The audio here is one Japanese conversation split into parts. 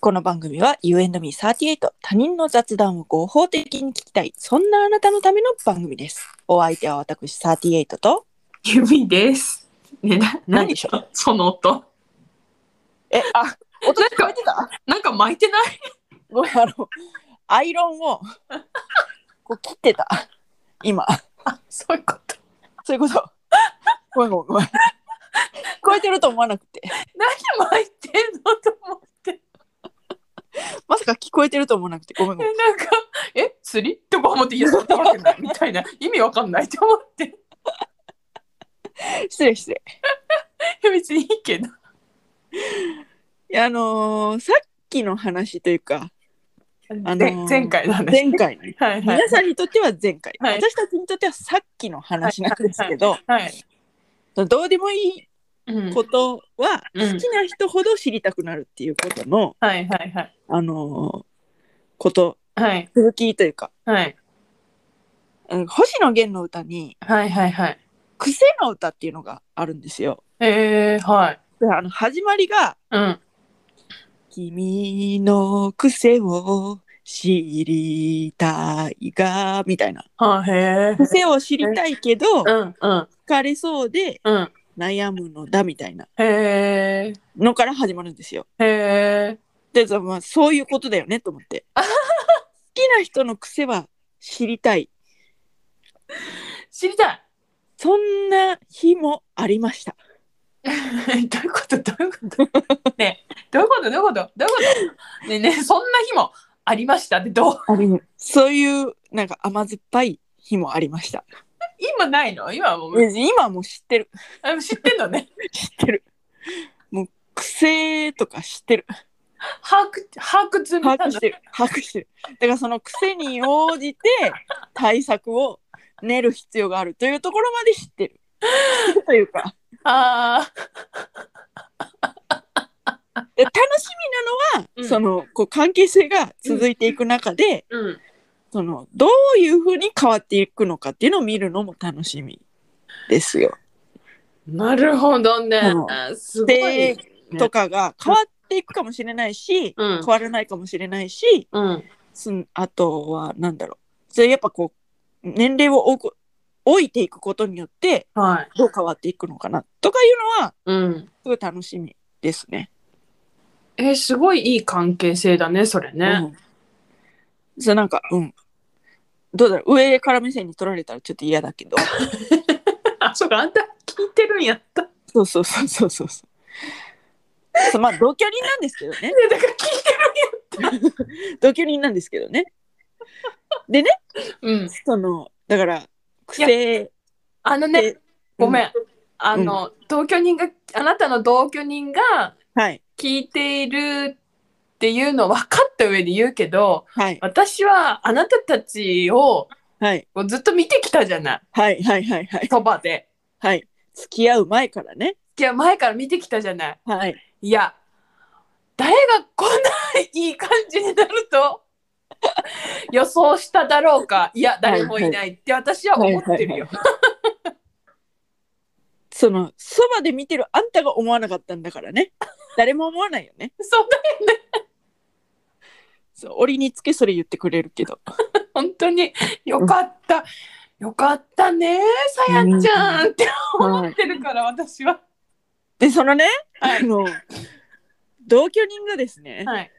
この番組は U&Me38 他人の雑談を合法的に聞きたいそんなあなたのための番組ですお相手は私38と指です。ね、な何でしょょその音。えあ音聞こえてたなんか巻いてないごめんあのアイロンをこう切ってた今あ、そういうこと。そういうことごめんごめんごめん聞こえてると思わなくて何巻いてんのと思って。まさか聞こえてると思わなくてごめんごめんえなんか、え、釣りとか思って、いや、そんなわけないみたいな。意味わかんないと思って。い失礼失礼や、別にいいけど。いやあのーさっきの話というかあのーぜ前回の話。前回のはいはい。皆さんにとっては前回、はい私たちにとってはさっきの話なんですけど、はい。どうでもいいうんはことはうん好きな人ほど知りたくなるっていうことの、いはいはい。あのーことはい続きというか、はいうん星野源の歌にはいはいはい。癖の歌っていうのがあるんですよ。えー、はい。であの始まりがうん。 「君の癖を知りたいが」みたいなはへえ。癖を知りたいけどうんうん疲れそうでうん。悩むのだみたいなへえ。のから始まるんですよ。へえ。でそまあ、そういうことだよねと思って。好きな人の癖は知りたい。知りたい。そんな日もありました。 どういうことどういうことねえどういうことどういうことどういうことねえねえそんな日もありましたってどうそういうなんか甘酸っぱい日もありました。今ないの今はもうえ今はもう知ってる。あ知ってんのね知ってる。もう癖とか知ってる。把握把握済み把な握の してる。把握してる。だからその癖に応じて対策を練る必要があるというところまで知ってる。 というか。あーで楽しみなのは、うんそのこう関係性が続いていく中で、うんそのどういうふうに変わっていくのかっていうのを見るのも楽しみですよ。なるほどねうんあーすごいでねとかが変わっていくかもしれないし、うん変わらないかもしれないしうんすんあとは何だろうそれやっぱこう年齢を置く置いていくことによってはいどう変わっていくのかなとかいうのはうんすごい楽しみですね。えーすごいいい関係性だねそれね、うん、そうなんかうんどうだろう上から目線に取られたらちょっと嫌だけど。あ そうかあんた聞いてるんやったねそうそうそうそうそうそう。そうまあ同居人なんですけどね。だから聞同居人なんですけどね。でね、いてるうんそのだから癖あのねごめん、あの、同居人があなたの同居人がはい聞いているっていうの分かった上で言うけどはい私はあなたたちをはいこうずっと見てきたじゃないはいはいはいはいそばで。はい付き合う前からね。いや前から見てきたじゃない。はい。いや誰がこんないい感じになると 予想しただろうかいや誰もいないって私は思ってるよ。そのそばで見てるあんたが思わなかったんだから ね。誰も思わないよね。そうだそう折につけそれ言ってくれるけど。本当によかった、よかったねさやちゃんって思ってるから私は。でそのね、はいあの同居人がですね、はい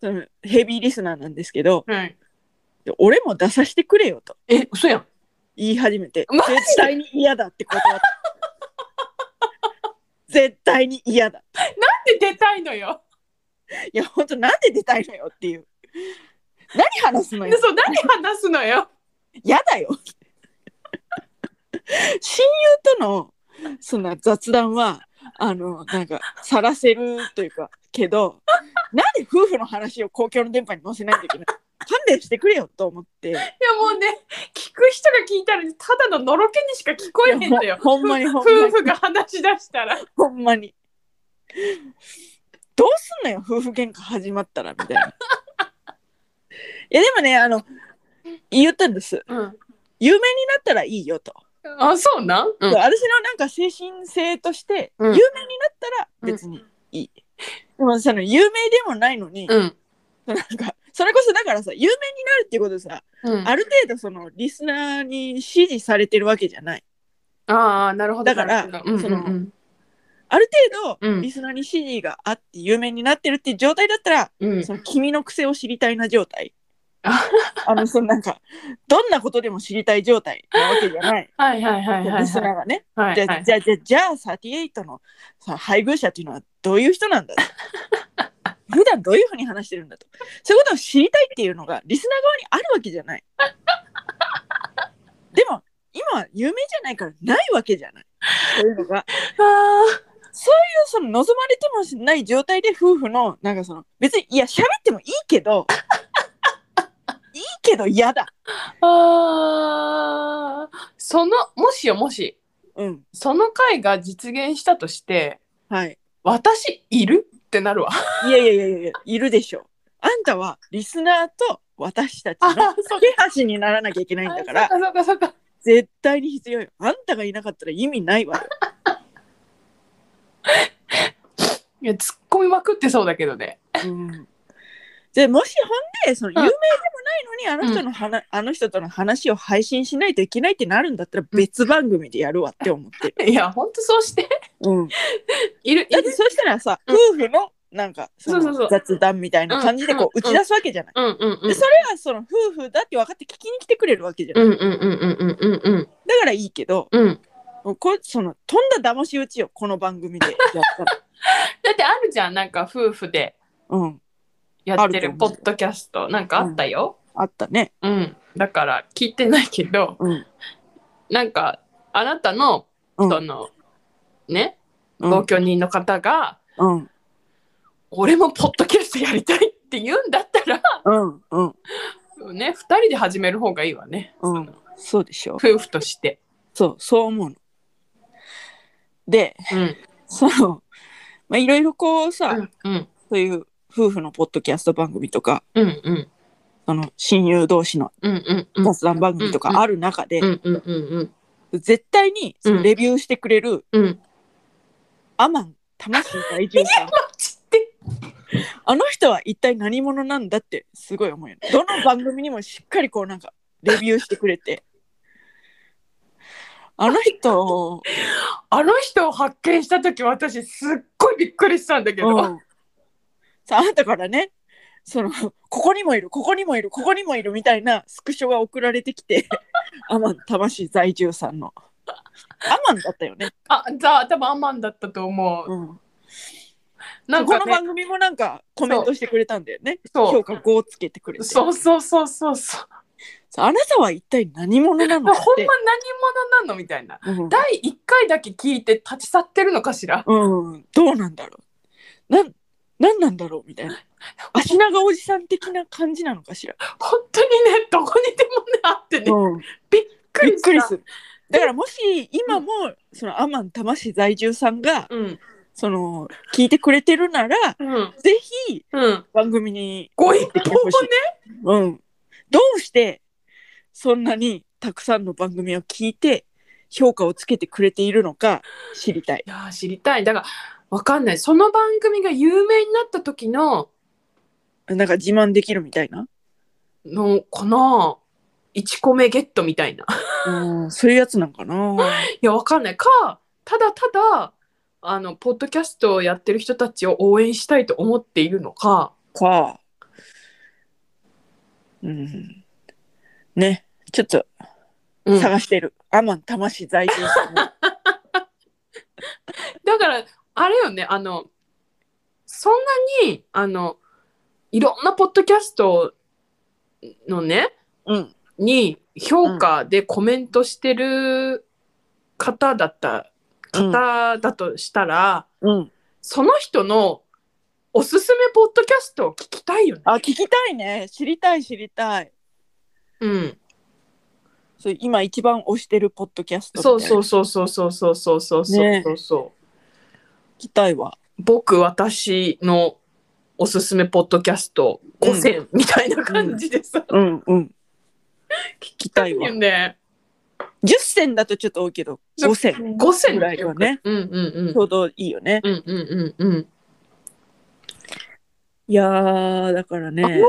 そのヘビーリスナーなんですけど、はい、俺も出させてくれよと。え嘘やん。言い始めてマジで絶対に嫌だってこと は絶対に嫌だなんで出たいのよ。いや本当なんで出たいのよっていう何話すの よそう何話すのよ。嫌だよ親友とのそんな雑談はあのなんか晒せるというかけどなんで夫婦の話を公共の電波に載せないといけない勘弁してくれよと思っていやもうね聞く人が聞いたらただののろけにしか聞こえへんのよ。ほんほんまにほんまに夫婦が話し出したら。ほんまに。どうすんのよ、夫婦喧嘩始まったらみたいな。いや、でもね、あの、言ったんです。うん、有名になったらいいよと。あそうなん、う私んのなんか精神性として、うん有名になったら別にいい。でもその有名でもないのに、うん。なんかそれこそだからさ有名になるっていうことさ、うん、ある程度そのリスナーに支持されてるわけじゃないああ、なるほど。だからなるほどうんそのうんうんある程う度んリスナーに支持があって有名になってるっていう状態だったら、うんその君の癖を知りたいな状態ああのそのなんかどんなことでも知りたい状態なわけじゃないはいはいはいはいリスナーがねはい。じゃはあいじゃあじゃあじゃあ38のさ配偶者っていうのはどういう人 なんだと普段どういうふうに話してるんだとそういうことを知りたいっていうのがリスナー側にあるわけじゃ ないでも今は有名じゃないからないわけじゃないそういうのがあその望まれてもしない状態で夫婦のなんかその別にいや喋ってもいいけ どいいけど嫌だーあー。その、もしよもし、うんその回が実現したとして、はい私いるってなるわ。いやいやいやいやいるでしょあんたはリスナーと私たちあのあ、そう手橋にならなきゃいけないんだからあそうかそうかそうか。絶対に必要よあんたがいなかったら意味ないわよいや、突っ込みまくってそうだけどね。うんでもしほんでその有ん名でもないのにあの人の話、あの人との話を配信しないといけないってなるんだったら別番組でやるわって思ってる、いや、ほんとそうして。うん、だいる、いってる。そうしたらさ、夫婦のなんかそのそうそうそう雑談みたいな感じでこうう打んうんち出すわけじゃない、うんうんうん。でそれはその夫婦だって分かって聞きに来てくれるわけじゃない、うんうんうんうんうんうんだからいいけどうん。うん。こその飛んだ騙し討ちよこの番組でやったらだってあるじゃん、なんか夫婦でうんやってるポッドキャスト。なんかあったよ。あったねうん。だから聞いてないけど、うんなんかあなたの、うんその、ね、う同ん居人の方が、うん俺もポッドキャストやりたいって言うんだったら、 うんうんね、二人で始める方がいいわね。うそんのそうでしょ夫婦として。そうそう思うのでうん。そのまあいろいろこうさ、うんうんそういう夫婦のポッドキャスト番組とかうんうんその親友同士のうんうんうん雑談番組とかある中で、うんうんうん絶対にそのうんレビューしてくれる、うんうんアマン魂在住さんちってあの人は一体何者なんだってすごい思うよね。どの番組にもしっかりこうなんかレビューしてくれて。 あの人、あの人を発見した時私すっごいびっくりしたんだけど、うんさあ、あなたからね、その、ここにもいる、ここにもいる、ここにもいるみたいなスクショが送られてき て、アマン魂在住さんの。アマンだったよね。あじゃあ多分アマンだったと思う、うん。なんこか、のね、番組もなんかコメントしてくれたんだよね。そ評う価5をつけてくれて。そうそうそうそうそうさああなたは一体何者なほんまのっ何者て。なのみたいなうん第1回だけ聞いて立ち去ってるのかしらうん、どうなんだろう。なん、なんなんだろうみたいな。足長おじさん的な感じなのかしら。本当にねどこにでもねあってねうん、 びびっっくりしたする。だからもし今も、そのアマン魂在住さんがうんその聞いてくれてるならうんぜひうん番組にご一報をねうん、どうしてそんなにたくさんの番組を聞いて評価をつけてくれているのか知りたい。いやー知りたいだからわかんないその番組が有名になった時のなんか自慢できるみたいな、のかな1個目ゲットみたいなうん、そういうやつなんかな。いやわかんないかただただあのポッドキャストをやってる人たちを応援したいと思っているのかか。うん。ね、ちょっとうん探してる。アマン魂在住さ ん。だからあれよねあのそんなにあのいろんなポッドキャストのねうん。に評価でコメントしてる方だった、うん方だとしたら、うん。その人のおすすめポッドキャストを聞きたいよね。あ、聞きたいね。知りたい、知りたい。うん、そう今一番推してるポッドキャスト。。そうそううそうそうそうそうそうそうそうそうそう。聞きたいわ。僕私のおすすめポッドキャスト5000、みたいな感じでさ、うんうん。聞きたいよね。 10銭だとちょっと多いけど、そう5銭5000ぐらいはね、うんうんうんちょうどいいよね。うんうんうんうんいやー、だからあねの、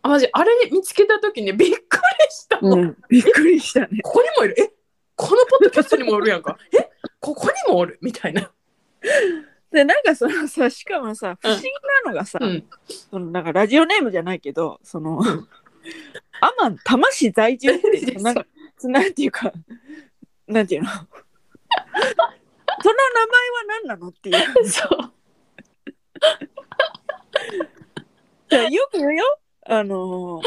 あマジあれ見つけた時ねびっくりした、うん、びっくりしたね。ここにもいるえこのポッドキャストにもおるやんかえここにもおるみたいな、で、なんかそのさ、しかもさ、不うん思議なのがさ、うん、そのなんかラジオネームじゃないけど、その、んアマン多摩市在住ってい う、そうなんか、なんていうか、なんていうの その名前は何なのっていう。そうじゃあよく言うよ、あのーあ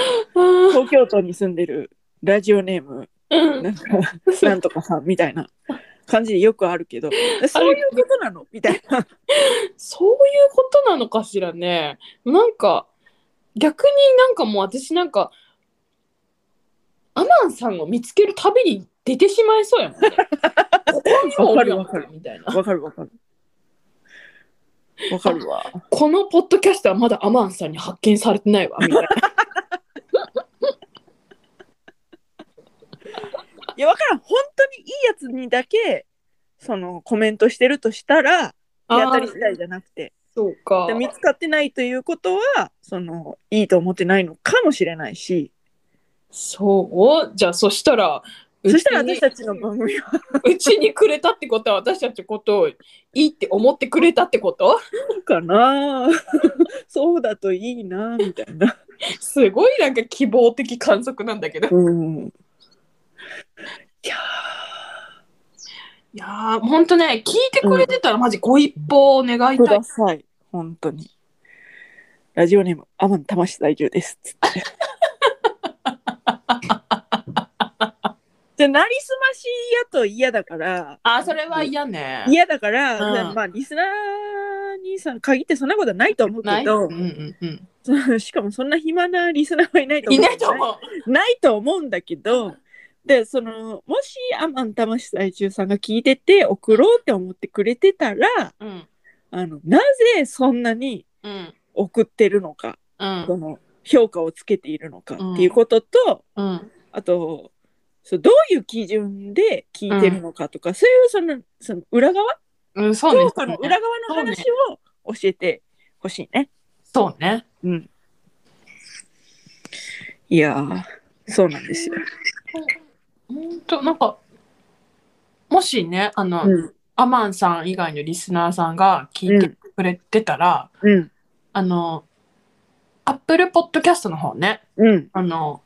東京都に住んでるラジオネーム、ーうなんんか、 なんとかさんみたいな感じでよくある けど、そういうことなのみたいな。そういうことなのかしらねなんか逆になんかもう私なんかアマンさんを見つけるたびに出てしまいそうやも んねここにもおるやんわかるわかるみたいなわかるわかる。わかるわ。このポッドキャストはまだアマンさんに発見されてないわみたいな いや、わからん。本当にいいやつにだけ、そのコメントしてるとしたら、手 当たり次第じゃなくて、そうかで見つかってないということは、その、いいと思ってないのかもしれないし、そうじゃあそしたらうちそにしたら私たち の番組は、うちにくれたってことは私たちのことをいいって思ってくれたってことかな そうだといいなみたいな。すごいなんか希望的観測なんだけどうん。いやいやーほんとね聞いてくれてたらマジご一報を願いくたい、ださい。本当に。ラジオネーム、アマン魂在住です。つって。じゃあ、なりすましやと嫌だから、あそれは嫌ね嫌だから、うんじゃあまあ、リスナーにさ、限ってそんなことはないと思うなけいうどんう、んうんしかもそんな暇なリスナーはいないとい思う。ないと思うないと思うんだけどでそのもしアマン魂在中さんが聞いてて送ろうって思ってくれてたらうんあのなぜそんなにうん送ってるのかうんその評価をつけているのかっていうことと、うんあとそうどういう基準で聞いてるのかとか、そういうそのその裏側うんそうね評価の裏側の話を教えてほしいね。そうねうん、いやーそうなんですよ。ほんとなんかもしねあの、うんアマンさん以外のリスナーさんが聞いてくれてたら、うんあのアップルポッドキャストの方ねうんあの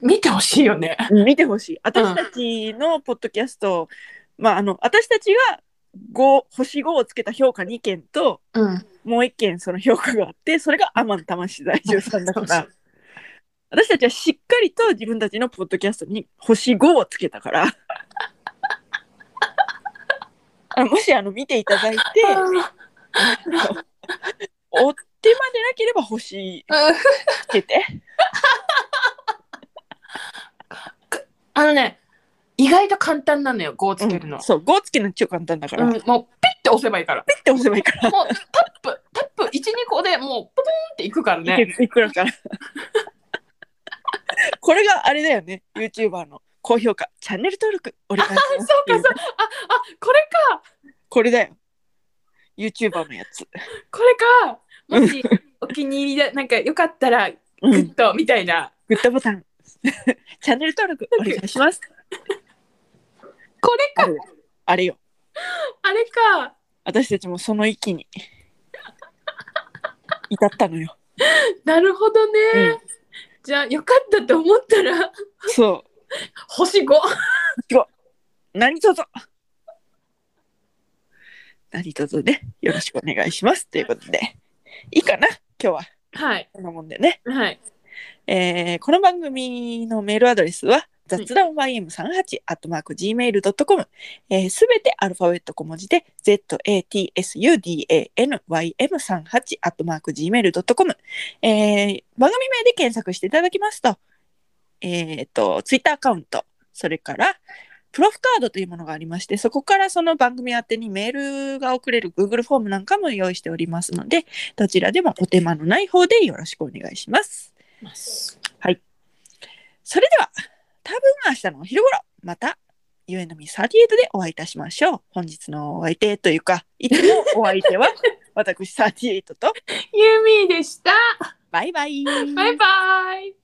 見てほしいよねうん見てほしい。私たちのポッドキャスト、まあ、あの、私たちが五星5をつけた評価2件と、うんもう1件その評価があって、それがアマン魂在住さんだから、私たちはしっかりと自分たちのポッドキャストに星5をつけた から、あのもしあの見ていた だいて、追ってまでなければ星つけて。あのね意外と簡単なのよ5をつけるの、うんそう、5つけるの超簡単だから、うんピもうピッて押せばいいからッて押せばいいから、もうタップタップ12個でもうポトンっていくからねいくいくらから。 これがあれだよね、YouTuber の高評価、チャンネル登録、お願いします。そうかそうああこれかこれだよ。YouTuber のやつ。これかもしお気に入りでなんかよかったらグうッん、ドみたいなグッドボタン。 チャンネル登録、お願いします。これかあれよあれよ。あれか私たちもその域に。至ったのよ。なるほどね、うんじゃあよかったと思ったらそ星5う。何卒。何卒ね、よろしくお願いします。ということで。いいかな今日は。はいこんなもんでね。はいえーこの番組のメールアドレスは雑談 ym38 アットマーク gmail.com すべてアルファベット小文字で zatsudanym38 アットマーク gmail.com、えー番組名で検索していただきますと,、えー、とツイッターアカウントそれからプロフカードというものがありましてそこからその番組宛てにメールが送れる Google フォームなんかも用意しておりますのでどちらでもお手間のない方でよろしくお願いします。それでは多分明日のお昼頃またゆえのみ38でお会いいたしましょう本日のお相手というかいつもお相手は 私38とユミでした。バイバイ。バイバイ。